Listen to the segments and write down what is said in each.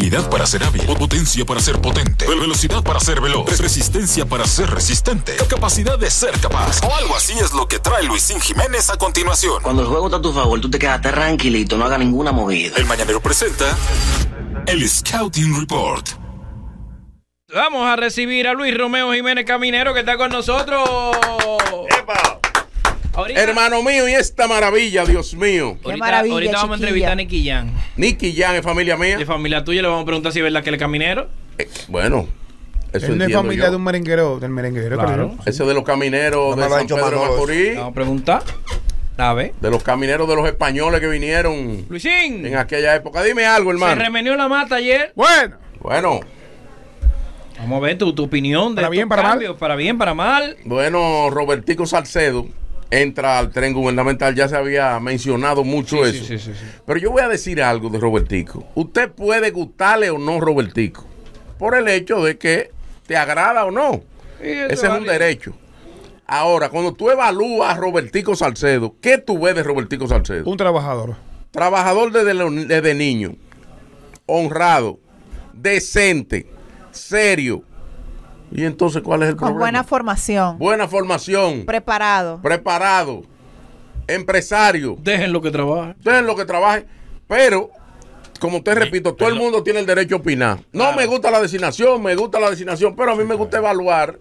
Habilidad para ser hábil. Potencia para ser potente. Velocidad para ser veloz. Resistencia para ser resistente. Capacidad de ser capaz. O algo así es lo que trae Luisín Jiménez a continuación. Cuando el juego está a tu favor, tú te quedas tranquilito, no hagas ninguna movida. El Mañanero presenta el Scouting Report. Vamos a recibir a Luis Romeo Jiménez Caminero que está con nosotros. Ahorita, Hermano mío, y esta maravilla, Dios mío. ahorita- maravilla, ahorita vamos a chiquilla. entrevistar a Nicky Jan. Nicky Jan es familia mía. De familia tuya le vamos a preguntar si es verdad que él es caminero. Eh, Bueno, eso Él no es entiendo familia yo. de un merenguero, del merenguero, Claro. creo. Ese de los camineros No me de lo ha San hecho Pedro de Manolo. Macorís, Le Vamos a preguntar. A ver. de los camineros de los españoles que vinieron Luisín, en aquella época. Dime algo, se hermano. remenió la mata ayer. Bueno, Bueno, Vamos a ver tu, tu opinión de Para estos bien, para mal. cambios, Para bien, para mal. bueno, Robertico Salcedo entra al tren gubernamental. Ya se había mencionado mucho Sí, eso. sí, sí, sí, sí. Pero yo voy a decir algo de Robertico. Usted puede gustarle o no Robertico por el hecho de que te agrada o no. Sí, eso Ese es un válido. derecho. Ahora, cuando tú evalúas a Robertico Salcedo, ¿qué tú ves de Robertico Salcedo? un trabajador. Trabajador desde, lo- desde niño, honrado, decente, serio. ¿Y entonces cuál es el Con problema? buena formación. Buena formación, preparado. preparado, empresario. Déjenlo que trabaje. Ustedes lo que trabaje, pero como te repito, todo el mundo tiene el derecho a opinar. No me gusta la designación, me gusta la designación, pero a mí me gusta evaluar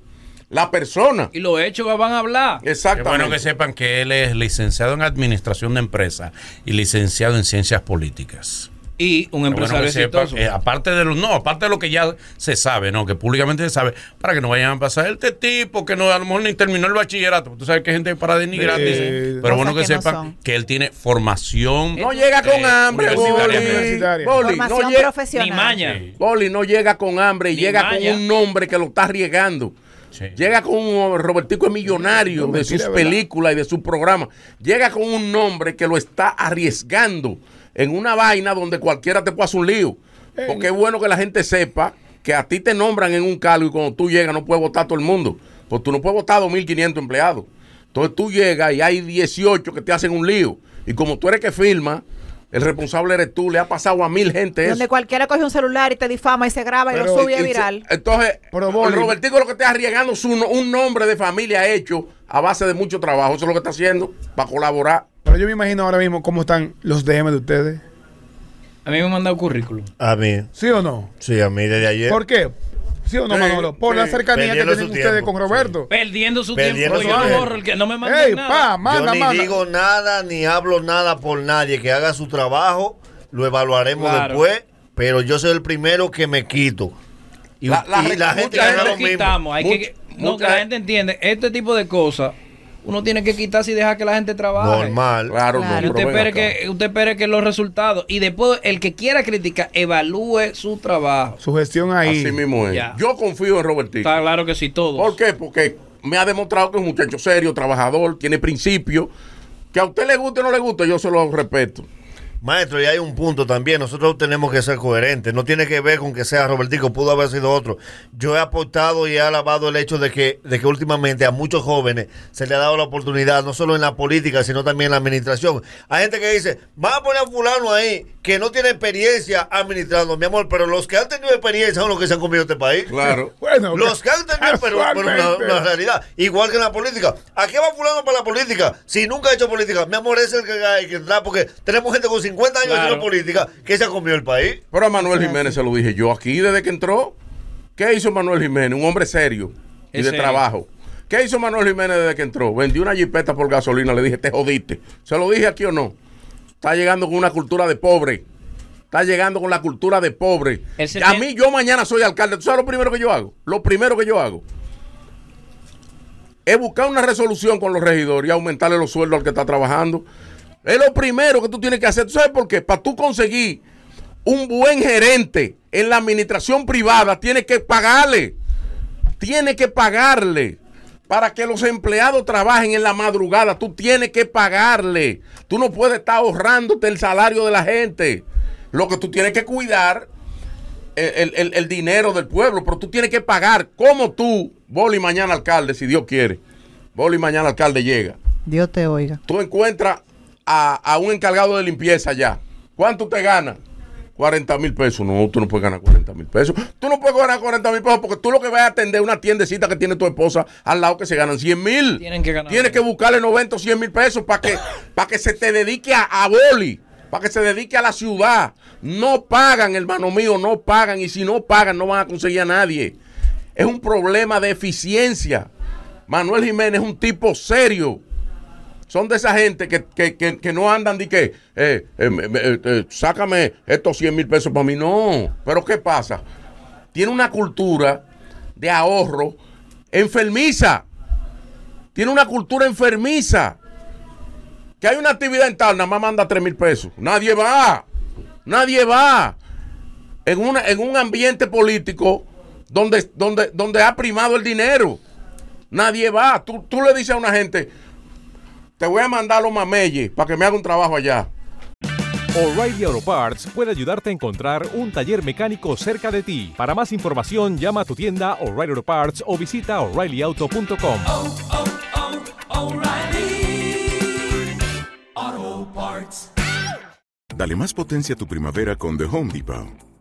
la persona. Y los hechos van a hablar. Es Eh. Exactamente. bueno que sepan que él es licenciado en Administración de Empresas y licenciado en Ciencias Políticas. Y un Es bueno empresario que sepan, exitoso. eh, aparte de lo, no, aparte de lo que ya se sabe, no, que públicamente se sabe, para que no vayan a pasar este tipo que no a lo mejor ni terminó el bachillerato, tú sabes que hay gente para denigrar, Eh, dice, pero Cosas bueno que, que no sepan son. que él tiene formación. No llega con Eh, hambre, universitaria. Boli. Universitaria. Boli, Formación no llega, profesional. Eh, Ni maña. Sí. Boli no llega con hambre y Ni llega maña. con un nombre que lo está riegando. Sí. Llega con un Robertico es millonario No, de mentira, sus ¿verdad? películas y de sus programas. Llega con un nombre que lo está arriesgando en una vaina donde cualquiera te puede hacer un lío. Porque es bueno que la gente sepa que a ti te nombran en un cargo y cuando tú llegas no puede votar todo el mundo. Pues tú no puedes votar a 2.500 empleados. Entonces tú llegas y hay 18 que te hacen un lío. Y como tú eres que firma, el responsable eres tú. Le ha pasado a mil gente eso. Donde cualquiera coge un celular y te difama y se graba y lo Pero- sube Y- y se- eh, viral. Entonces, Pero, el Boli- Robertico lo que está arriesgando es un, un nombre de familia hecho a base de mucho trabajo. Eso es lo que está haciendo para colaborar. Pero yo me imagino ahora mismo cómo están los DM de ustedes. A mí me han mandado currículum. A mí, ¿Sí o no? sí, a mí desde ayer. ¿Por qué? ¿Sí o no, Sí, Manolo? Por sí. la cercanía que Perdieron tienen su ustedes tiempo, con Roberto. Perdiendo su Perdiendo tiempo. su yo tiempo. borro el que no me manda ¡Ey, nada. pa! Manda, yo ni manda. digo nada, ni hablo nada por nadie. Que haga su trabajo, lo evaluaremos Claro. después. Pero yo soy el primero que me quito. Y y La- la, la- gente mucha haga gente lo nos mismo. quitamos. Hay Mucha- que, no, mucha- que la gente entiende. Este tipo de cosas, uno tiene que quitarse y dejar que la gente trabaje. Normal. Claro, Claro. Y no, usted pero ven espere, acá. que, usted espere que los resultados. Y después, el que quiera criticar, evalúe su trabajo. Su gestión ahí. Así mismo es. Ya. Yo confío en Robertico. Está claro que sí, todos. ¿Por qué? Porque me ha demostrado que es un muchacho serio, trabajador, tiene principios. Que a usted le guste o no le guste, yo se lo respeto. Maestro, y hay un punto también. Nosotros tenemos que ser coherentes. No tiene que ver con que sea Robertico, pudo haber sido otro. Yo he aportado y he alabado el hecho de que, de que últimamente a muchos jóvenes se le ha dado la oportunidad, no solo en la política, sino también en la administración. Hay gente que dice, van a poner a fulano ahí que no tiene experiencia administrando, mi amor, pero los que han tenido experiencia son los que se han comido este país. Claro. Bueno, Los que han tenido, pero, pero una, casualmente. una realidad. Igual que en la política. ¿A qué va fulano para la política? Si nunca ha hecho política. Mi amor, es el que hay que entrar porque tenemos gente con 50 años Claro. haciendo política, que se ha comido el país. Pero a Manuel Jiménez se lo dije yo aquí desde que entró. ¿Qué hizo Manuel Jiménez? Un hombre serio y Es de serio. trabajo. ¿Qué hizo Manuel Jiménez desde que entró? Vendió una jipeta por gasolina, le dije, te jodiste. ¿Se lo dije aquí o no? Está llegando con una cultura de pobre. Está llegando con la cultura de pobre. A mí, yo mañana soy alcalde. ¿Tú sabes lo primero que yo hago? Lo primero que yo hago es buscar una resolución con los regidores y aumentarle los sueldos al que está trabajando. Es lo primero que tú tienes que hacer. ¿Tú sabes por qué? Para tú conseguir un buen gerente en la administración privada, tienes que pagarle. Tienes que pagarle. Para que los empleados trabajen en la madrugada, tú tienes que pagarle. Tú no puedes estar ahorrándote el salario de la gente. Lo que tú tienes que cuidar el, el- el dinero del pueblo, pero tú tienes que pagar. Como tú, Boli mañana alcalde, si Dios quiere. Boli mañana alcalde llega. Dios te oiga. Tú encuentras a, a un encargado de limpieza allá. ¿Cuánto te gana? 40 mil pesos. No, tú no puedes ganar 40 mil pesos. Tú no puedes ganar 40 mil pesos porque tú lo que vas a atender es una tiendecita que tiene tu esposa al lado que se ganan 100 mil. Tienen que ganar. Tienes que buscarle 90 o 100 mil pesos para que, para que se te dedique a, a boli, para que se dedique a la ciudad. No pagan, hermano mío, no pagan. Y si no pagan, no van a conseguir a nadie. Es un problema de eficiencia. Manuel Jiménez es un tipo serio. Son de esa gente que, que- que- que no andan de que, eh, eh, me- me- eh, eh, sácame estos 100 mil pesos para mí. No, pero ¿qué pasa? Tiene una cultura de ahorro enfermiza. Tiene una cultura enfermiza. Que hay una actividad en tal, nada más manda 3 mil pesos. Nadie va. Nadie va. En, una- en un ambiente político donde, donde, donde ha primado el dinero. Nadie va. Tú, tú le dices a una gente, te voy a mandar a los mameyes para que me haga un trabajo allá. O'Reilly Auto Parts puede ayudarte a encontrar un taller mecánico cerca de ti. Para más información, llama a tu tienda O'Reilly Auto Parts o visita oreillyauto.com. Dale más potencia a tu primavera con The Home Depot.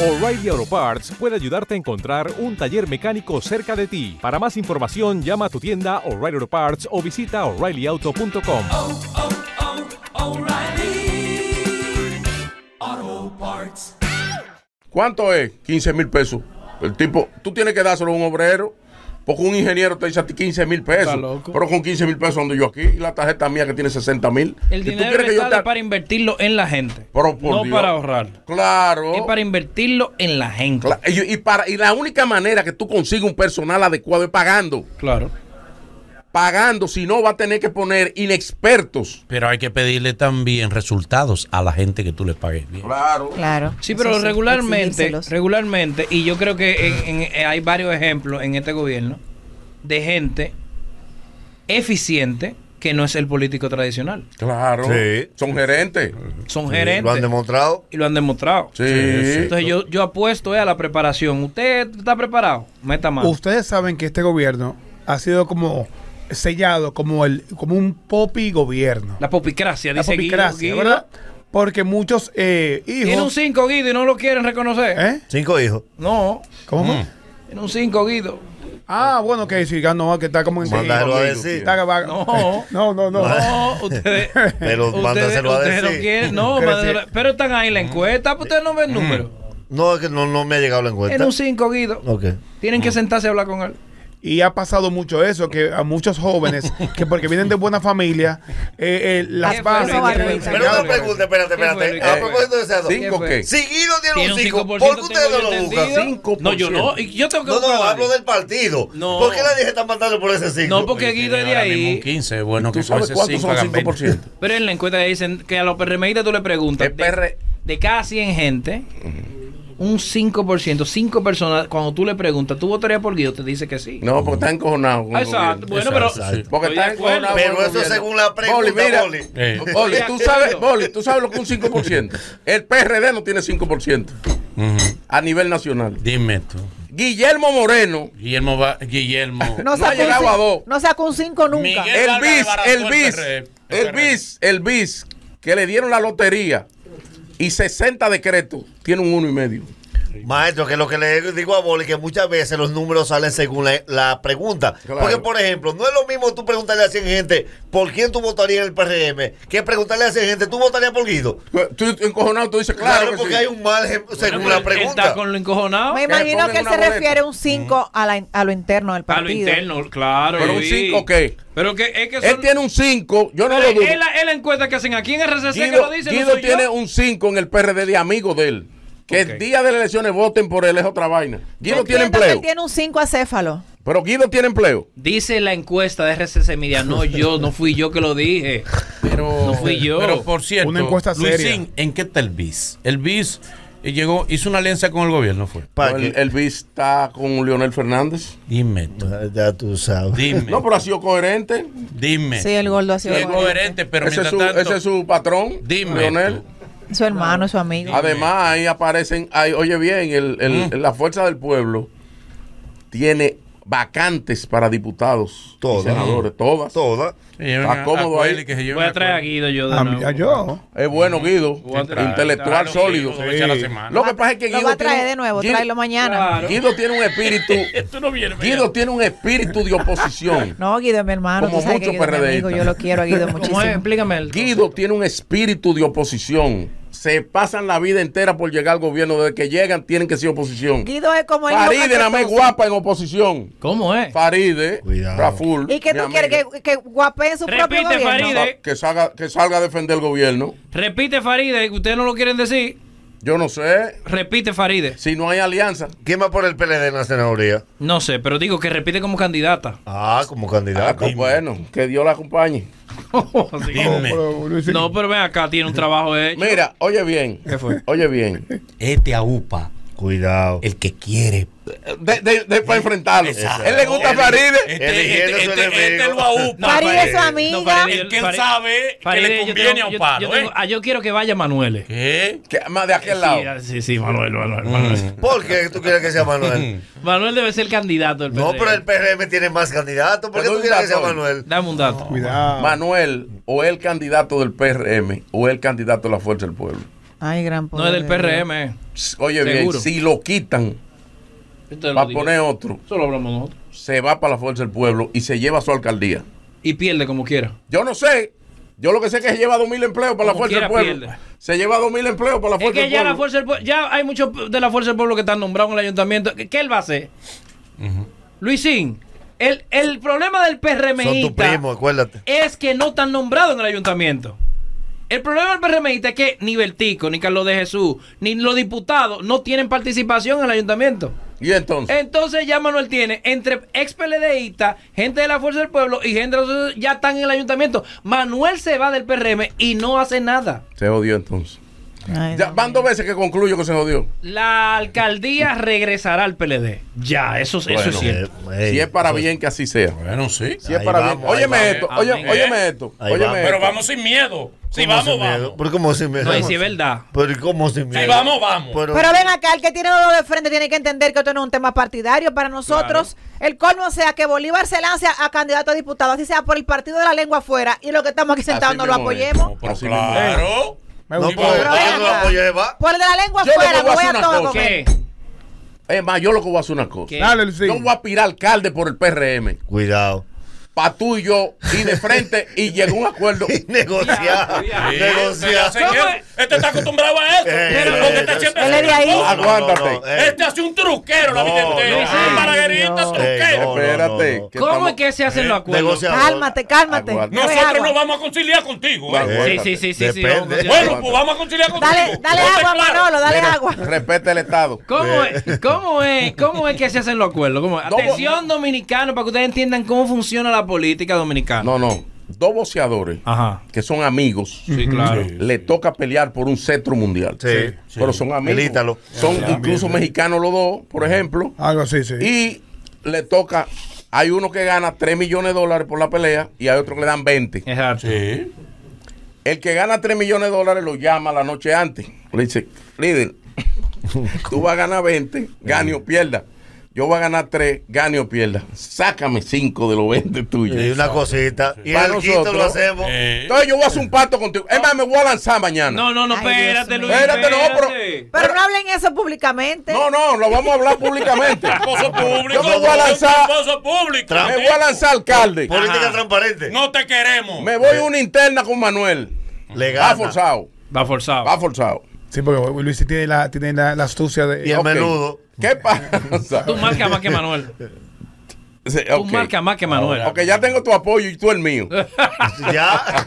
O'Reilly Auto Parts puede ayudarte a encontrar un taller mecánico cerca de ti. Para más información, llama a tu tienda O'Reilly Auto Parts o visita oreillyauto.com. ¿Cuánto es? 15 mil pesos. El tipo, tú tienes que dárselo a un obrero. Porque un ingeniero te dice a ti 15 mil pesos. Está loco. Pero con 15 mil pesos ando yo aquí. Y la tarjeta mía que tiene 60 mil. El dinero que está es para invertirlo en la gente. no Dios. para ahorrar. Claro. Es para invertirlo en la gente. Y, y para, y la única manera que tú consigues un personal adecuado es pagando. Claro. Pagando, si no va a tener que poner inexpertos. Pero hay que pedirle también resultados a la gente que tú le pagues bien. Claro. Claro. Sí, pero Eso regularmente, exigírselos. regularmente, y yo creo que en- en- eh, hay varios ejemplos en este gobierno de gente eficiente que no es el político tradicional. Claro. Sí. Son gerentes. Son gerentes. Lo han demostrado. Y lo han demostrado. Sí. Entonces yo, yo apuesto eh, a la preparación. ¿Usted está preparado? Meta mano. Ustedes saben que este gobierno ha sido como sellado como el como un popi gobierno. La popicracia, La dice Guido, popicracia, Guido. ¿verdad? Porque muchos eh, hijos. Tiene un 5 Guido y no lo quieren reconocer. ¿Eh? Cinco hijos. No. ¿Cómo? Tiene un 5 Guido. Ah, bueno, que sí, ya no, que está como en Mándalo a decir. Está que va- No. no, no, no. No, ustedes. Pero ustedes- mándaselo a ustedes no decir. quieren- no, Quiere decir- mándaselo- pero están ahí en la encuesta, pues ustedes no ven números. No, es que no, no me ha llegado la encuesta. En un 5 Guido. Ok. Tienen que sentarse a hablar con él. Y ha pasado mucho eso, que a muchos jóvenes, que porque vienen de buena familia, eh, eh, las bases. que tienen Pero enseñado. una pregunta, espérate, espérate. A propósito de ese ¿Cinco qué? Seguido tiene un Tiene un 5. 5%, ¿Por qué ustedes no tengo lo yo buscan? entendido. 5%. No, yo no, y yo tengo que No, no, buscar hablo a alguien. del partido. No. ¿Por qué la gente está mandando por ese 5? No, porque Guido es de ahí. 15, bueno, que sabes fuese cuántos cinco, son hagan 5%? Pero en la encuesta dicen que a los PRMistas tú le preguntas. De, de cada 100 gente, un 5%, 5 personas, cuando tú le preguntas, ¿tú votarías por Guido? Te dice que sí. No, porque está encojonado. con el Exacto. gobierno. Bueno, pero. Exacto. Porque está Estoy de acuerdo. encojonado. Pero con el eso gobierno. según la pregunta, Boli, mira. Boli. Eh. Estoy Boli, de tú acuerdo. sabes, Boli, tú sabes lo que es un 5%. El PRD no tiene 5% a nivel nacional. Dime tú. Guillermo Moreno Guillermo, va- Guillermo. No, No sacó ha llegado un, a cin- dos. No sacó un 5 nunca. El bis, el bis, el bis, el bis, que le dieron la lotería y 60 decretos, tiene un uno y medio. Maestro, que lo que le digo a Boli, que muchas veces los números salen según la, la pregunta. Porque, por ejemplo, no es lo mismo tú preguntarle a 100 gente por quién tú votarías en el PRM que preguntarle a 100 gente tú votarías por Guido. Tú encojonado, tú dices, claro que porque sí. hay un margen según la pregunta. Está con lo encojonado. Me imagino que él se refiere un 5 a, la- a lo interno del a partido. lo interno, claro. Pero un sí. 5 qué? Pero que es que son- Él tiene un 5, yo no Pero lo dudo. Es la, es la encuesta que hacen aquí en RCC que Guido, lo dicen. Guido no soy yo. tiene un 5 en el PRD de amigo de él. Que el día de las elecciones voten por él es otra vaina. Guido Yo tiene entiendo que él empleo. tiene un 5 acéfalo. Pero Guido tiene empleo. Dice la encuesta de RCC Media, no yo, no fui yo que lo dije. Pero, No fui yo. Pero por cierto, Una encuesta Luisín, seria. ¿en qué está el BIS? El BIS eh, llegó, hizo una alianza con el gobierno, fue. El, el BIS está con Leonel Fernández. Dime Ah, Ya tú sabes. Dime. No, pero ha sido coherente. Dime. Sí, el gordo ha sido es coherente. coherente, pero ese, mientras es su, tanto. ese es su patrón. Dime Leonel. Su hermano, su amigo. Además, ahí aparecen, ahí, oye bien, el, el- Mm. la fuerza del pueblo tiene vacantes para diputados, y Todas. senadores, Mm. todas. Todas. Está cómodo ahí. Voy a traer a Guido yo de nuevo. yo. Es Mm. bueno Guido, a traer. intelectual Tráelo, sólido. Guido, dos veces a la semana. Lo que pasa es que Lo Guido va a traer tiene- de nuevo, Guido- tráelo mañana. Guido tiene un espíritu. Guido tiene un espíritu de oposición. No, Guido es mi hermano. Como tú sabes que mucho Guido es mi amigo. PRDista. Yo lo quiero a Guido ¿Cómo muchísimo. es? Guido tiene un espíritu de oposición. Se pasan la vida entera por llegar al gobierno. Desde que llegan, tienen que ser oposición. Guido es como el Faride, Lucas la más Cotoso. guapa en oposición. ¿Cómo es? Faride, Raful. ¿Y que mi tú quieres? ¿Que, que guapen su propio Repite, gobierno? Faride. amiga. Que salga, que salga a defender el gobierno. Repite Faride, que ustedes no lo quieren decir. Yo no sé. Repite Faride. Si no hay alianza. ¿Quién va por el PLD en la senaduría? No sé, pero digo que repite como candidata. Ah, como candidato. pues bueno, que Dios la acompañe. Así que- No, pero ven acá, tiene un trabajo hecho. Mira, oye bien. Oye bien. Este aupa. Cuidado. El que quiere. De, de- de- para enfrentarlo. Exacto. Él le gusta a Faride. Este, este, este, este lo aupa. Faride es su No, amiga. Faride, el que él sabe que le Faride, yo conviene tengo- a un yo- palo. yo tengo- ¿eh? ah, yo quiero que vaya Manuel. ¿Qué? Que- Más de Eh, aquel lado. Sí, sí, Manuel, Manuel, Mm. Manuel. ¿Por qué tú quieres que sea Manuel? Manuel debe ser el candidato del No, PRD. pero el PRM tiene más candidatos. ¿Por qué Te tú doy un quieres que sea dato. Manuel? Dame un dato. Ah. Cuidado. Manuel o el candidato del PRM o el candidato de la Fuerza del Pueblo. Ay, gran No poder. es del PRM. Oye Seguro. bien, si lo quitan Yo te lo para digo. poner otro, Eso lo hablamos nosotros. se va para la Fuerza del Pueblo y se lleva a su alcaldía. Y pierde como quiera. Yo no sé. Yo lo que sé es que se lleva 2.000 empleos para la Como Fuerza quiera, del Pueblo. pierde. Se lleva 2.000 empleos para la Es Fuerza que del ya la Pueblo. fuerza del pueblo, ya hay muchos de la fuerza del pueblo que están nombrados en el ayuntamiento. ¿Qué, qué él va a hacer? Luisín, el, el problema del Son tus PRMista primos, acuérdate. es que no están nombrados en el ayuntamiento. El problema del PRMista es que ni Bertico, ni Carlos de Jesús, ni los diputados no tienen participación en el ayuntamiento. Y entonces, Entonces ya Manuel tiene entre ex PLDistas, gente de la Fuerza del Pueblo y gente de los- ya están en el ayuntamiento. Manuel se va del PRM y no hace nada. se jodió entonces. Ya, van dos veces que concluyo que se jodió. La alcaldía regresará al PLD. Ya, eso, eso es Bueno, cierto. si es para bien que así sea. Bueno, sí. Si es Ahí para vamos, bien. ahí Óyeme vamos. esto, oye- Amén. óyeme esto. Ahí óyeme vamos. esto. Pero vamos sin miedo. Si ¿Cómo vamos, sin vamos. miedo? ¿Pero cómo sin miedo? No, y si es verdad. ¿Pero cómo sin miedo? Si vamos, vamos. Pero- Pero ven acá, el que tiene los de frente tiene que entender que esto no es un tema partidario. Para nosotros, el colmo sea que Bolívar se lance a, a candidato a diputado, así sea por el partido de la lengua afuera, y los que estamos aquí sentados Así no lo mismo es. apoyemos. No, pero Así mismo es. claro. No, gusta. pero Pero yo no ven acá. apoyo a Eva. Por el de la lengua Yo afuera, lo me que voy voy a a hacer todo una con él. ¿Qué? Es más, yo lo que voy a hacer una cosa. ¿Qué? Dale, Luisín. Yo voy a pirar alcalde por el PRM. Cuidado. Pa' tú y yo y de frente y llegó a un acuerdo. Negociar. Sí, Negociar. pero ya sé que Este está acostumbrado a esto. Eh, Pero eh, porque está eh, siempre Él es de ahí. No, no, no, Aguántate. no, eh, Este hace un truquero la vida No, entera. no, Ah, no, Margarita es no. eh, truquero. no, no, Espérate. no, no. que ¿Cómo estamos- es que se hacen los acuerdos? Negociador. Cálmate, cálmate. Aguanta. Bebe Nosotros agua. nos vamos a conciliar contigo. ¿eh? Aguántate. Sí, sí, sí, sí, sí. Depende. vamos a continuar. Bueno, pues vamos a conciliar contigo. Dale, dale Ponte agua, claro. Manolo, Eh. dale Mira, agua. Respeta el Estado. ¿Cómo es, cómo, es, ¿Cómo es que se hacen los acuerdos? ¿Cómo es? No, Atención, dominicano, para que ustedes entiendan cómo funciona la política dominicana. No, no. dos boxeadores que son amigos, Sí, claro. Sí. le toca pelear por un cetro mundial. Sí. Pero son amigos. El Ítalo. Son Sí. incluso Sí. mexicanos los dos, por ejemplo. Algo así, sí. Y le toca. Hay uno que gana 3 millones de dólares por la pelea y hay otro que le dan 20. Exacto. El que gana 3 millones de dólares lo llama la noche antes. Le dice, líder, tú vas a ganar 20, gane o pierda. Yo voy a ganar 3, gane o pierda. Sácame 5 de los 20 tuyos. Y una cosita. Y el quito lo hacemos. Eh. Entonces yo voy a hacer un pacto contigo. Es más, me voy a lanzar mañana. No, no, no, espérate, Luis. Espérate, no, pero Pero no hablen eso públicamente. No, no, lo vamos a hablar públicamente. Esposo público. Yo me voy a lanzar. Esposo público. me voy a lanzar alcalde. Política Ajá. transparente. No te queremos. Me voy a una interna con Manuel. Va forzado. Va forzado. Va forzado. Sí, porque Luis sí tiene la, tiene la, la astucia de. Ok. ¿Qué pasa? Tú marcas más que Manuel. Sí, Tú ok. marcas más que Manuel. Ok, ya tengo tu apoyo y tú el mío. ya.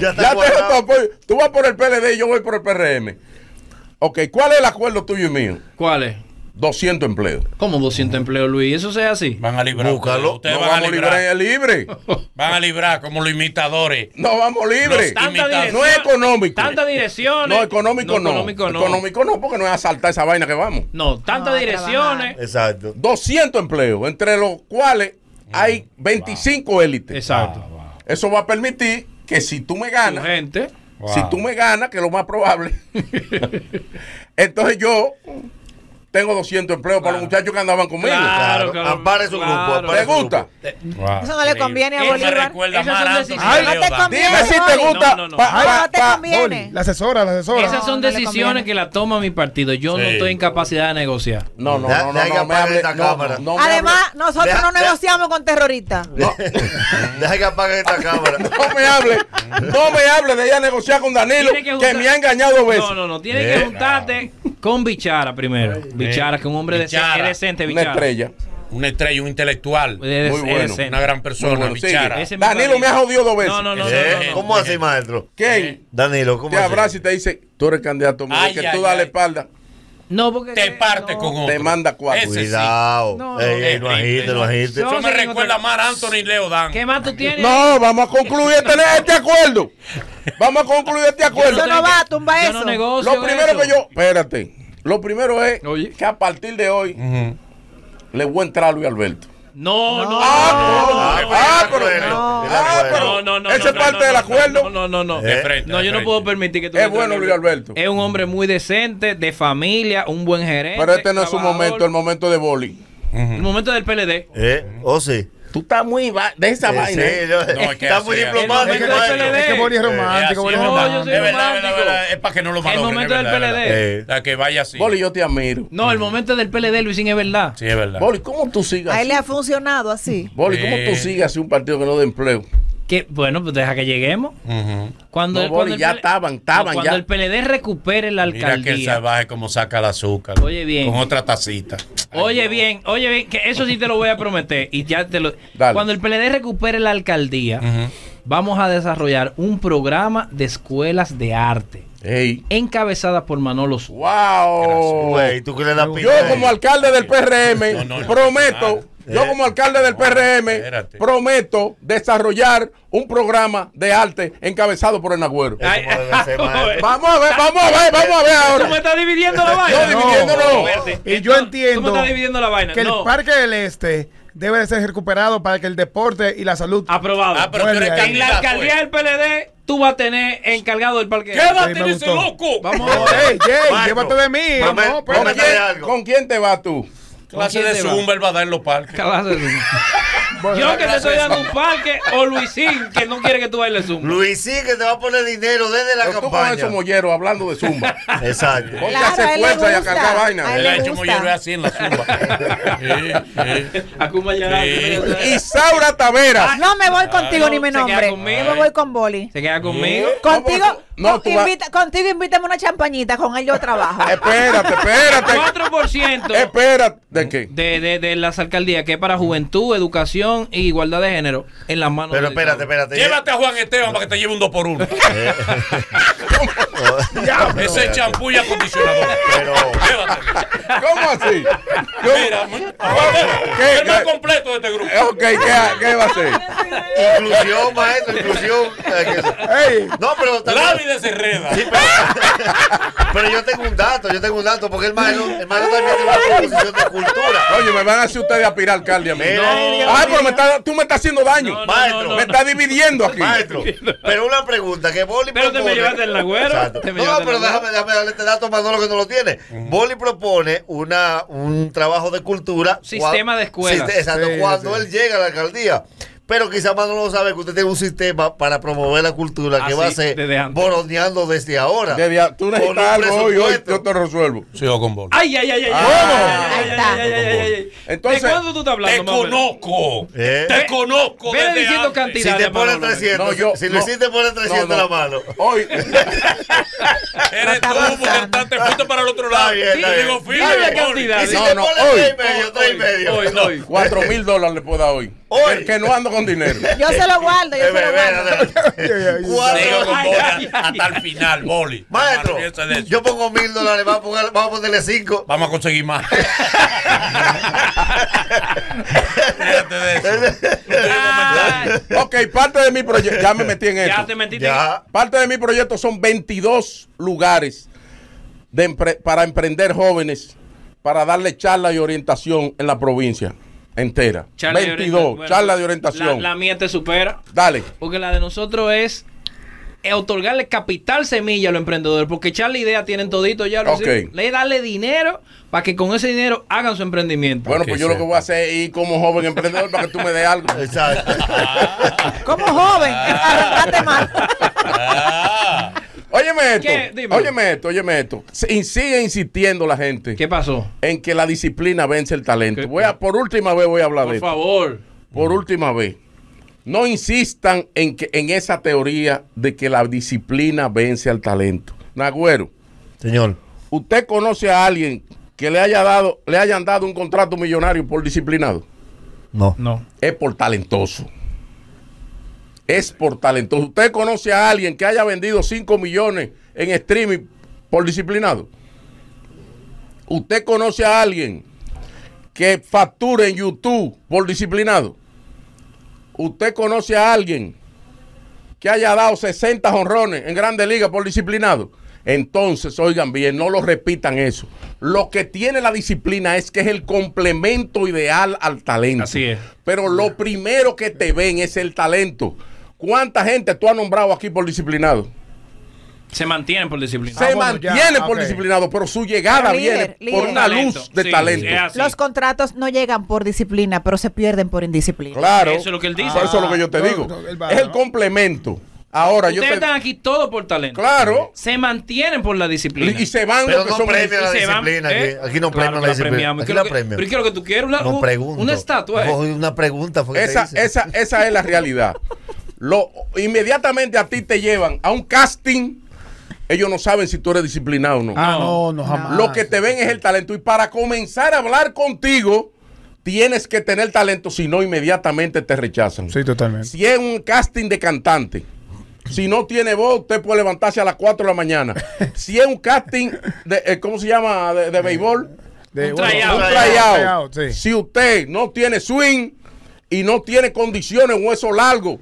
Ya, tengo tu apoyo. Tú vas por el PLD y yo voy por el PRM. Ok, ¿cuál es el acuerdo tuyo y mío? ¿Cuál es? 200 empleos. ¿Cómo 200 empleos, Luis? ¿Eso sea así? Van a librar. Búscalo. Ustedes No van a vamos librar. libre. Van a librar como los imitadores. No vamos libre. Los imitadores. No es económico. tantas direcciones. No, económico No, no. económico no. Económico no, porque no es asaltar esa vaina que vamos. No, tantas direcciones. Exacto. 200 empleos, entre los cuales hay Mm. 25 élites. Exacto. Eso va a permitir que si tú me ganas. gente. Si tú me ganas, que es lo más probable. entonces yo tengo 200 empleos para los muchachos que andaban conmigo. Claro, claro. Ampare su grupo, ampare ¿Te su grupo. gusta? Eso no le conviene a Él me Bolívar. recuerda Esas más son a Anthony decisiones. Leo No te Dan. conviene, Dime si te Boli. gusta. No, no, Pa- Ay, pa- no te pa- conviene. Ah, La asesora, la asesora. Esas son no le decisiones que la toma mi partido. Yo no Sí. estoy en capacidad de negociar. No, no, no, no, no, me hable- no, no, no me Además, hable- nosotros Deja- no negociamos con terroristas. Deja que apague esta cámara. No me hable, no me hable de ella negociar con Danilo, Tiene que que, juntar- me ha engañado dos veces. No, no, no. Tienes que juntarte con Bichara primero. Bichara, que un hombre decente, Bichara. es decente, Una Bichara. estrella. Una estrella, un intelectual. Es- es bueno. decente. Una gran persona, Muy bueno. bichara. Sigue. Ese es mi Danilo me ha jodido dos veces. No, no, no, no, no, no. Eh, ¿Cómo así, maestro? Eh, ¿Quién? Danilo, ¿cómo Te así? abraza y te dice, tú eres candidato, mío, Ay, que ay, tú das la ay. espalda. No, porque. Te parte con otro. Te manda cuatro. Ese sí. Cuidado. No, Ey, ey, no. no agite, no agite. Eso me recuerda más a Anthony Leodán. ¿Qué más tú tienes? No, vamos a concluir este, este acuerdo. Vamos a concluir este acuerdo. Eso no va, tumba Yo no eso. negocio Lo primero eso. que yo, espérate, lo primero es que a partir de hoy le voy a entrar a Luis Alberto. No, no. Ah, no, pero- ah, pero- ah, pero- no, no, no, ese es no, parte no, del no, acuerdo. No, no, no. No, De frente, No, de yo no frente. puedo permitir que tú. Es le entres bueno, a Luis Alberto. Es un hombre muy decente, de familia, un buen gerente. Pero este no es su trabajador. momento, el momento de boli. El momento del PLD. ¿Eh? ¿O sí? Eh, Tú estás muy va- de esa Sí, vaina. eh. ¿eh? sí, yo- No, es que está así muy es. diplomático, Es que- es que Boli es romántico, Boli es romántico. Es verdad, es verdad, es verdad. Es para que no lo malogren. momento es del verdad, PLD. eh, es Eh. verdad. La que vaya así. Boli, yo te admiro. No, el momento del PLD, Luisín, es verdad. Sí, es verdad. Boli, ¿cómo tú sigas? A él así? le ha funcionado así. Boli, ¿cómo tú Eh. sigas así un partido que no da empleo? Que, bueno, pues deja que lleguemos. Cuando, No, el- Boli, cuando el ya PLD estaban, estaban cuando ya. el PLD recupere la Mira que el alcaldía. salvaje como saca el azúcar. Oye, bien. Con otra tacita. Oye bien, oye bien, que eso sí te lo voy a prometer y ya te lo. Cuando el PLD recupere la alcaldía, vamos a desarrollar un programa de escuelas de arte, encabezada por Manolo Sur. ¡Wow! Güey, ¿tú qué le das Yo pinta? como alcalde del PRM prometo, yo como alcalde del PRM prometo desarrollar un programa de arte encabezado por el Nagüero. Vamos a ver, vamos a ver, vamos a ver Tú me ahora. estás dividiendo la vaina. No, dividiendo no. Espérate. Eh, Y yo Tú me entiendo estás dividiendo la vaina. que el no. Parque del Este debe de ser recuperado para que el deporte y la salud. Aprobado. Ah, pero en la alcaldía del PLD, tú vas a tener encargado del parque. Quédate, Sí, me dice gustó. loco! Vamos a Ey, Jay, Maestro, llévate de mí. Vamos, No, ¿con, espérate. quién, con quién te vas tú? Clase de zumba él va a dar en los parques. Clase de zumba. Yo que te estoy dando un parque o Luisín que no quiere que tú bailes zumba. Luisín que te va a poner dinero desde la Pero tú con campaña. esos molleros hablando de zumba. Exacto. Ponte a hacer fuerza y a cargar vaina. El hecho mollero es así en la zumba. Acuma ya. Isaura Taveras. Ah, No me voy contigo no, ni me se queda nombre. conmigo. eh. Yo me voy con Boli. ¿Se queda conmigo? Contigo, No, tú vas- invita- contigo invítame una champañita, con él yo trabajo. Espérate, espérate. 4% Espérate. ¿De qué? De, de, de las alcaldías que es para juventud, educación e igualdad de género en las manos Pero del espérate, Estado. espérate. Llévate a Juan Esteban para que te lleve un 2 por 1 Ese es champú y acondicionador. ¿Cómo así? Mira, ¿Qué? eh, el más completo de este grupo. Ok, ¿qué, qué va a ser? Inclusión, maestro, inclusión. No, pero La vida se enreda. Pero yo tengo un dato, yo tengo un dato, porque el maestro, el maestro también tiene una posición de cultura. Oye, me van a hacer ustedes aspirar alcalde a mí. Mira, Dios mío. Ay, pero me está- tú me estás haciendo daño. Maestro, me está dividiendo aquí. Maestro, pero una pregunta que Boli Pero te propone. me llevaste el agüero, Exacto. te me No, llevaste el pero agüero. déjame, déjame darle este dato más lo que no lo tiene. Boli propone una, un trabajo de cultura. Sistema cua- de escuelas. Siste- exacto, Sí, cuando sí. él llega a la alcaldía. Pero quizá más no lo sabe que usted tiene un sistema para promover la cultura que Así, va a ser boroneando desde ahora. Eh. Desde a- tú Con un necesitas algo hoy, hoy presupuesto. yo te resuelvo. Sigo con Boli. Ay, ay, ay, ay. Ah. ay, ay, ay, ay, ay, ay. Entonces, ¿De cuándo tú estás hablando? Te más o menos? conozco. Eh, Te conozco. Ve desde diciendo antes. cantidades, Si te ponen Manolo. 300, si lo hiciste, ponen 300 la mano. Hoy. Eres tú, porque está- te fuiste para el otro lado. está Te eh, bien. digo, firme, Dime Boli. cantidades. Y si te pones tres y medio, tres y medio. Cuatro mil dólares le puedo dar hoy. Hoy. Que no ando con dinero. Yo se lo guardo, yo se lo guardo. Sigo con Ay, Boli ay, hasta el final, Boli. Maestro, Piensa de eso. yo pongo mil dólares, vamos a poner- vamos a ponerle cinco. Vamos a conseguir más. Ok, parte de mi proyecto. Ya me metí en Ya eso. te metiste. Ya. Parte de mi proyecto son 22 lugares de empre- para emprender jóvenes, para darle charla y orientación en la provincia entera. Charla de 22, orientación. Bueno, charla de orientación. La, la mía te supera. Dale. Porque la de nosotros es eh, otorgarle capital semilla a los emprendedores. Porque charla idea tienen todito ya. Ok. Luisito. Le darle dinero para que con ese dinero hagan su emprendimiento. Bueno, pues yo lo que voy a hacer es ir como joven emprendedor para que tú me des algo. Exacto. Como joven, arrancaste mal. Óyeme esto. ¿Qué? Dime. Óyeme esto, óyeme esto. Se- y sigue insistiendo la gente. ¿Qué pasó? En que la disciplina vence el talento. Voy a, por última vez voy a hablar Por de esto. favor. Por última vez. No insistan en, que, en esa teoría de que la disciplina vence al talento. Nagüero. Señor. ¿Usted conoce a alguien que le haya dado, le hayan dado un contrato millonario por disciplinado? No. No. es por talentoso. Es por talentoso. ¿Usted conoce a alguien que haya vendido 5 millones en streaming por disciplinado? ¿Usted conoce a alguien que facture en YouTube por disciplinado? ¿Usted conoce a alguien que haya dado 60 honrones en Grandes Ligas por disciplinado? Entonces, oigan bien, no lo repitan eso. Lo que tiene la disciplina es que es el complemento ideal al talento. Así es. Pero lo primero que te ven es el talento. ¿Cuánta gente tú has nombrado aquí por disciplinado? Se mantienen por disciplina. Se mantiene por disciplinado, pero su llegada Pero viene líder, por líder. una Talento, luz de sí, talento. es así. Los contratos no llegan por disciplina, pero se pierden por indisciplina. Claro. Eso es lo que él dice. Por eso es lo que yo te Ah, digo. no, no, él va, es el ¿no? complemento. Ahora yo Ustedes te están aquí todos por talento. Claro. Se mantienen por la disciplina. Y se van Pero los que no son- premia la y se van, disciplina. aquí. ¿eh? Aquí, no premia Claro que la disciplina. premiamos. Aquí ¿Qué la es lo que- premia. Pero ¿qué es lo que tú quieres? Una, No un- pregunto. una estatua. ¿eh? Ojo, una pregunta fue que te Esa, hice. esa, esa es la realidad. Lo, inmediatamente a ti te llevan a un casting. Ellos no saben si tú eres disciplinado o no. Ah, no, no, jamás. Lo que te ven es el talento. Y para comenzar a hablar contigo, tienes que tener talento, si no, inmediatamente te rechazan. Sí, totalmente. Si es un casting de cantante, si no tiene voz, usted puede levantarse a las 4 de la mañana. Si es un casting de, eh, ¿cómo se llama? De, de béisbol. De- un bueno, tryout. un tryout, Ah, sí. Si usted no tiene swing y no tiene condiciones, hueso largo,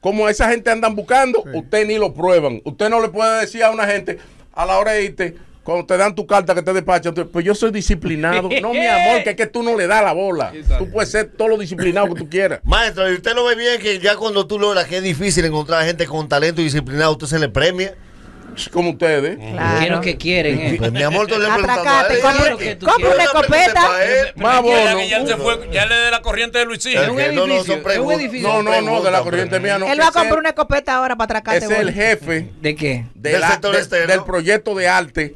como esa gente andan buscando, usted ni lo prueban. Usted no le puede decir a una gente a la hora de irte, cuando te dan tu carta que te despachan, tú, pues yo soy disciplinado. No, mi amor, que es que tú no le das la bola. Tú puedes ser todo lo disciplinado que tú quieras. Maestro, y usted lo ve bien que ya cuando tú logras que es difícil encontrar gente con talento y disciplinado, usted se le premia. Como ustedes. Claro. ¿Qué es lo que quieren? eh? Pues, mi amor, tú le preguntando a Atracate, él. compre, Tú compre una le preguntas escopeta. pa' él. Más Ya, bono. que ya se fue, ya le de la corriente de Luisito. Es que no, no, son preguntas, No, son no, no, de la preguntas, corriente mía no. Él va a Ese comprar una escopeta ahora para es atracarte. el boli. jefe ¿De qué? de Del la- sector este, de- externo. del proyecto de arte.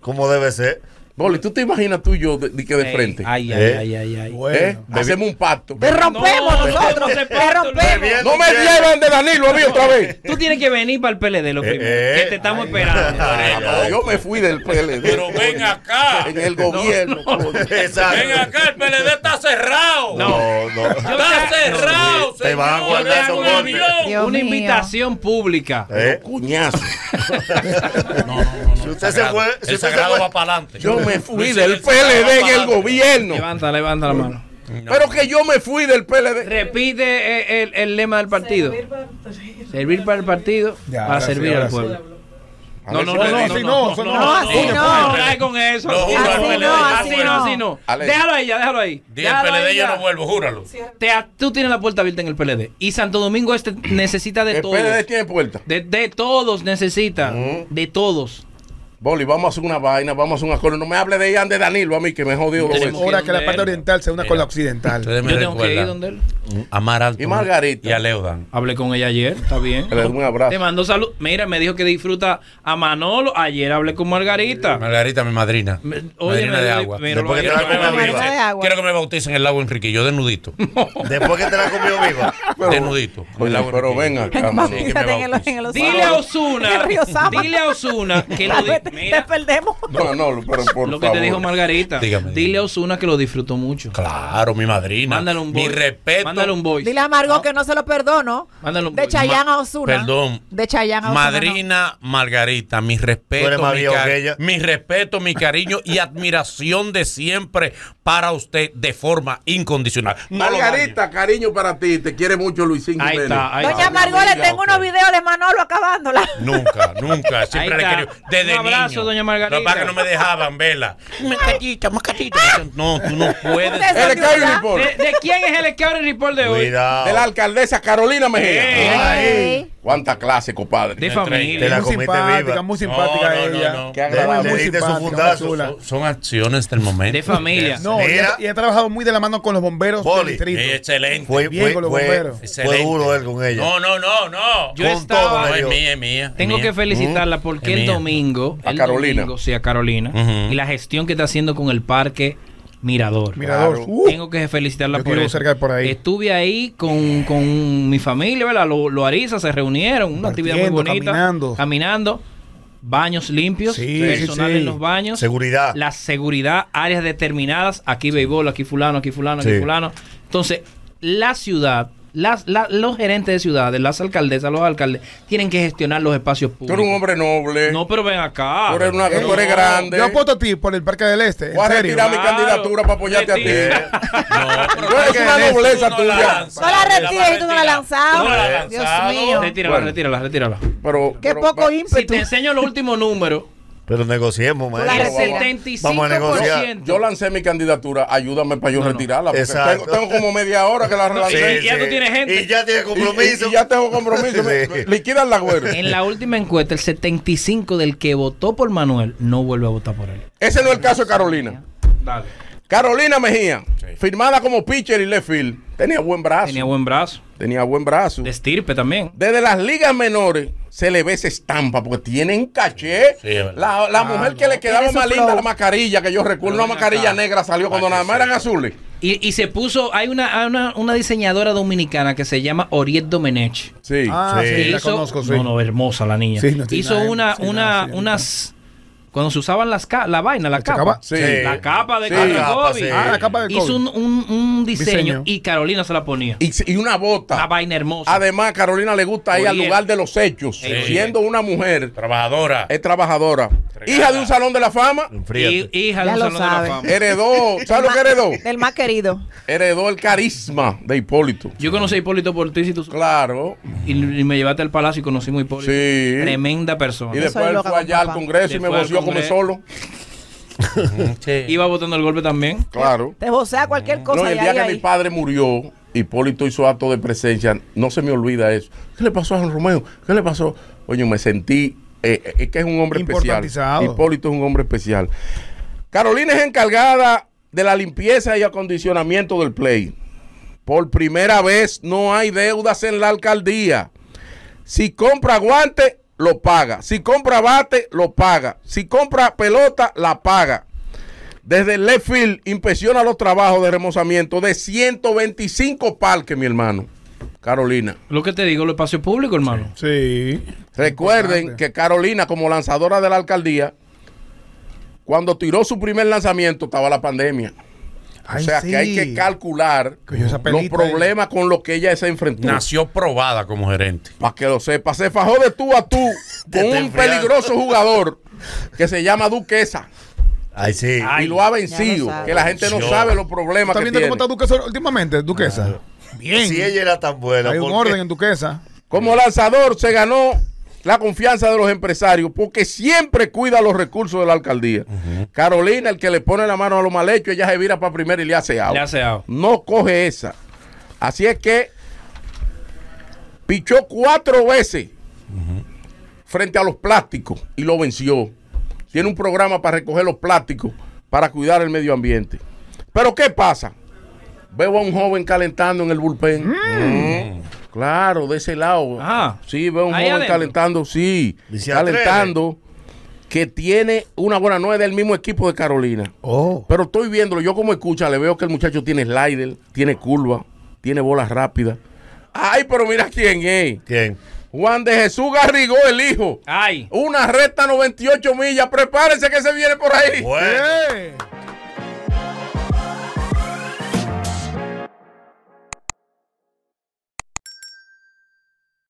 Como debe ser. Boli, ¿tú te imaginas tú y yo de, de que de frente? Ay, ay, ¿Eh? ay, ay, ay. ¿Eh? Hacemos un pacto. Te rompemos No, nosotros. no se Te rompemos. No me llevan de Danilo a mí otra vez. Tú tienes que venir para el PLD lo primero. que te estamos esperando. Ah, yo me fui del PLD. Pero ven acá. En el gobierno. coño. Exacto. Ven acá, el PLD está cerrado. No, no. Está cerrado, Te van a guardar esos golpes. Una invitación pública. ¿Eh? Cuñazo. Si usted se fue, si el usted se sagrado fue- va para adelante. Yo me fui del PLD en el gobierno. Levanta, levanta la mano. Pero que yo me fui del PLD. Repite eh, el, el lema del partido. Servir para el partido, Ya, para ahora sí, servir ahora al sí. pueblo. A ver si me dice- no, no, así no. Trae con eso. Lo juro, al Así PLD. no, así no, así no. Ale. Déjalo ahí ya, déjalo ahí. Di el Déjalo PLD ahí yo ya. no vuelvo, júralo. Te- ah, tú tienes la puerta abierta en el PLD. Y Santo Domingo Este necesita de El todos. PLD tiene puerta. De, de todos necesita. Mm. De todos. Boli, vamos a hacer una vaina, vamos a hacer un acuerdo. No me hable de Ian de Danilo a mí, que me jodió. Es hora que la parte oriental se una con la occidental. Ustedes me recuerdan a Maralto Y Margarita. y a Leudan. Hablé con ella ayer, está bien. Le doy un abrazo. Te mando salud. Mira, me dijo que disfruta a Manolo. Ayer hablé con Margarita. Margarita, mi madrina. madrina de agua. míralo Después que ahí, te la míralo comió ahí. viva. Madrina de agua. Quiero que me bauticen el lago Enriquillo, desnudito. Después que te la comió viva. desnudito. El lago pero ven Enriquillo. acá, Sí, que me bauticen. Dile a Osuna. El río Sama. Dile a Osuna que lo di- Mira, perdemos. No, no, pero por lo que te favor. dijo Margarita. Dígame. Dile a Osuna que lo disfrutó mucho. Claro, mi madrina. Mándale un Mi voice. respeto. Mándale un voice. Dile a Margot que no se lo perdono. Mándale un De voice. Chayanne Ma- a Osuna. Perdón. Ah, De Chayanne a Osuna. Madrina Margarita, mi Tú eres respeto, más mi, viejo cari- que ella. mi respeto, mi cariño y admiración de siempre para usted de forma incondicional. No lo dañe. Margarita, cariño para ti. Te quiere mucho Luisín Ahí Jiménez. está, ahí Doña Margot, le tengo unos videos de Manolo acabándola. Nunca, nunca. Siempre Ahí le está. quería. Desde Un abrazo, niño. doña Margarita. Lo que pasa es que no me dejaban vela. Mascarita, mascarita. No, tú no puedes. Usted El Scary Report. ¿De, de quién es el Escabre Report de hoy? Cuidado. De la alcaldesa Carolina Mejía. Ey. Ay, cuánta clase, compadre. De familia. Te la Muy comiste simpática, viva. muy simpática No, no, no, ella. no. Qué agradable. Muy Le diste su simpática, muy fundazo. chula. Son, son acciones del momento. De familia. No, Mira. ella, ella ha trabajado muy de la mano con los bomberos del Boli. distrito. Eh, Excelente. Fue, Bien fue, con los fue, bomberos. fue duro él con ella. No, no, no, no. Yo Con todo estaba. le No, es dio. mía, es mía. Tengo mía. que felicitarla porque Mm. Es el mía. domingo. A el Carolina. domingo, sí, a Carolina. Ujú. Y la gestión que está haciendo con el parque Mirador. Mirador. Claro. Uh, Tengo que felicitarla Yo por quiero eso. cerca de por ahí. Estuve ahí con, con mi familia, ¿verdad? Lo, lo Ariza, se reunieron, una actividad muy Partiendo, bonita. caminando. Caminando, Baños limpios, Sí, personal sí, sí. en los baños. Seguridad. La seguridad, áreas determinadas, aquí béisbol, aquí fulano, aquí fulano, aquí Sí. fulano. Entonces, la ciudad, las, la- los gerentes de ciudades, las alcaldesas, los alcaldes, tienen que gestionar los espacios Tú eres públicos. un hombre noble. No, pero ven acá. tú eres, una, Eh, tú eres grande. Yo apuesto a ti por el Parque del Este. Voy a En serio. retirar mi Claro. candidatura para apoyarte a ti. Retira. No, pero Yo eres que una eres- nobleza tú tuya. No la retires, tú no la Tú no la lanzabas. has Dios lanzado. mío. Retírala, Bueno. retírala, retírala. Pero, Qué pero- poco pero- Si ímpetu. te enseño los últimos números, Pero negociemos, la maestro. recetas. Vamos a- Vamos a negociar. 75%. Yo lancé mi candidatura, ayúdame para yo No, no. retirarla. porque Exacto. Tengo, tengo como media hora que la y- relancé. y ya tú tienes gente. Y ya tienes Y- compromiso. y- y ya tengo compromiso. Me- me- Liquidan la güera. En la última encuesta, el 75 del que votó por Manuel no vuelve a votar por él. Ese no es el caso de Carolina. Dale. Carolina Mejía, firmada como pitcher y left field, tenía buen brazo. Tenía Tenía, buen brazo. buen brazo. De estirpe también. Desde las ligas menores se le ve esa estampa porque tienen caché. Sí, es verdad. la Ah, la mujer que le quedaba Tiene su más linda flow. la mascarilla que yo Pero recuerdo, una ven mascarilla acá. negra salió cuando Para nada que más eran sepa. azules. Y, y se puso, hay una, hay una, una diseñadora dominicana que se llama Oriet Domenech. Sí. Ah, sí, que la hizo- conozco, sí. No, no, hermosa la niña. Sí, no tiene hizo nada, una, sí, una, nada, sí, unas. Cuando se usaban las ca- la vaina, la ¿Esta capa. capa? Sí. La capa de Sí. Carlos La capa, Gobi. sí. Ah, la capa de Hizo un, un- un diseño, Diseño. y Carolina se la ponía. Y, y una bota. Una vaina hermosa. Además, Carolina le gusta ir al Oriel. lugar de los hechos, Sí. siendo una mujer, Trabajadora. es trabajadora, hija de un salón de la fama, Y, Ya hija de un lo salón de la sabe. fama. heredó, ¿sabes lo que heredó? Del más querido. Heredó el carisma de Hipólito. Yo conocí a Hipólito Ortiz y, tú- Claro. y, y me llevaste al palacio y conocimos a Hipólito. Sí. Tremenda persona. Y después soy él loca fue con allá al papá. Congreso y me Después al voció como Congreso. solo. Sí. Iba votando el golpe también. Claro. Te vocea cualquier cosa No, y el y día ahí, que ahí. mi padre murió, Hipólito hizo acto de presencia, no se me olvida eso. ¿Qué le pasó a Juan Romeo? ¿Qué le pasó? Oye, me sentí, eh, eh, es que es un hombre especial. Importantizado. Hipólito es un hombre especial. Carolina es encargada de la limpieza y acondicionamiento del play. Por primera vez no hay deudas en la alcaldía. Si compra guante, lo paga. Si compra bate, lo paga. Si compra pelota, la paga. Desde el left field inspecciona los trabajos de remozamiento de 125 parques, mi hermano. Carolina. Lo que te digo, los espacios públicos, hermano. Sí. Recuerden Importante. que Carolina, como lanzadora de la alcaldía, cuando tiró su primer lanzamiento, estaba la pandemia. o sea que hay que calcular los problemas con los que ella se enfrentó. Nació probada como gerente. Para que lo sepa, se fajó de tú a tú con un enfriando. peligroso jugador que se llama Duquesa. Ay, sí. y lo ha vencido. que la gente no sabe los problemas ¿Está que viendo tiene. cómo está Duquesa últimamente, Duquesa? Bien. Si ella era tan buena. Hay un ¿por qué? orden en Duquesa. Como lanzador se ganó la confianza de los empresarios porque siempre cuida los recursos de la alcaldía. Carolina, el que le pone la mano a los mal hechos, ella se vira para primero y le hace out. Le hace out. No coge esa. Así es que pichó cuatro veces frente a los plásticos y lo venció. Tiene un programa para recoger los plásticos para cuidar el medio ambiente. Pero ¿qué pasa? Veo a un joven calentando en el bullpen. Mm. Claro, de ese lado. Sí, veo a un Ah. Ahí joven adentro. calentando, sí. se atreve. Calentando. Que tiene una buena, no es del mismo equipo de Carolina. Oh. Pero estoy viéndolo, yo como escucha, le veo que el muchacho tiene slider, tiene curva, tiene bolas rápidas. Ay, pero mira quién es. ¿Quién? Juan de Jesús Garrigó, el hijo. Ay. Una recta 98 millas. Prepárense que se viene por ahí. Bueno. Eh.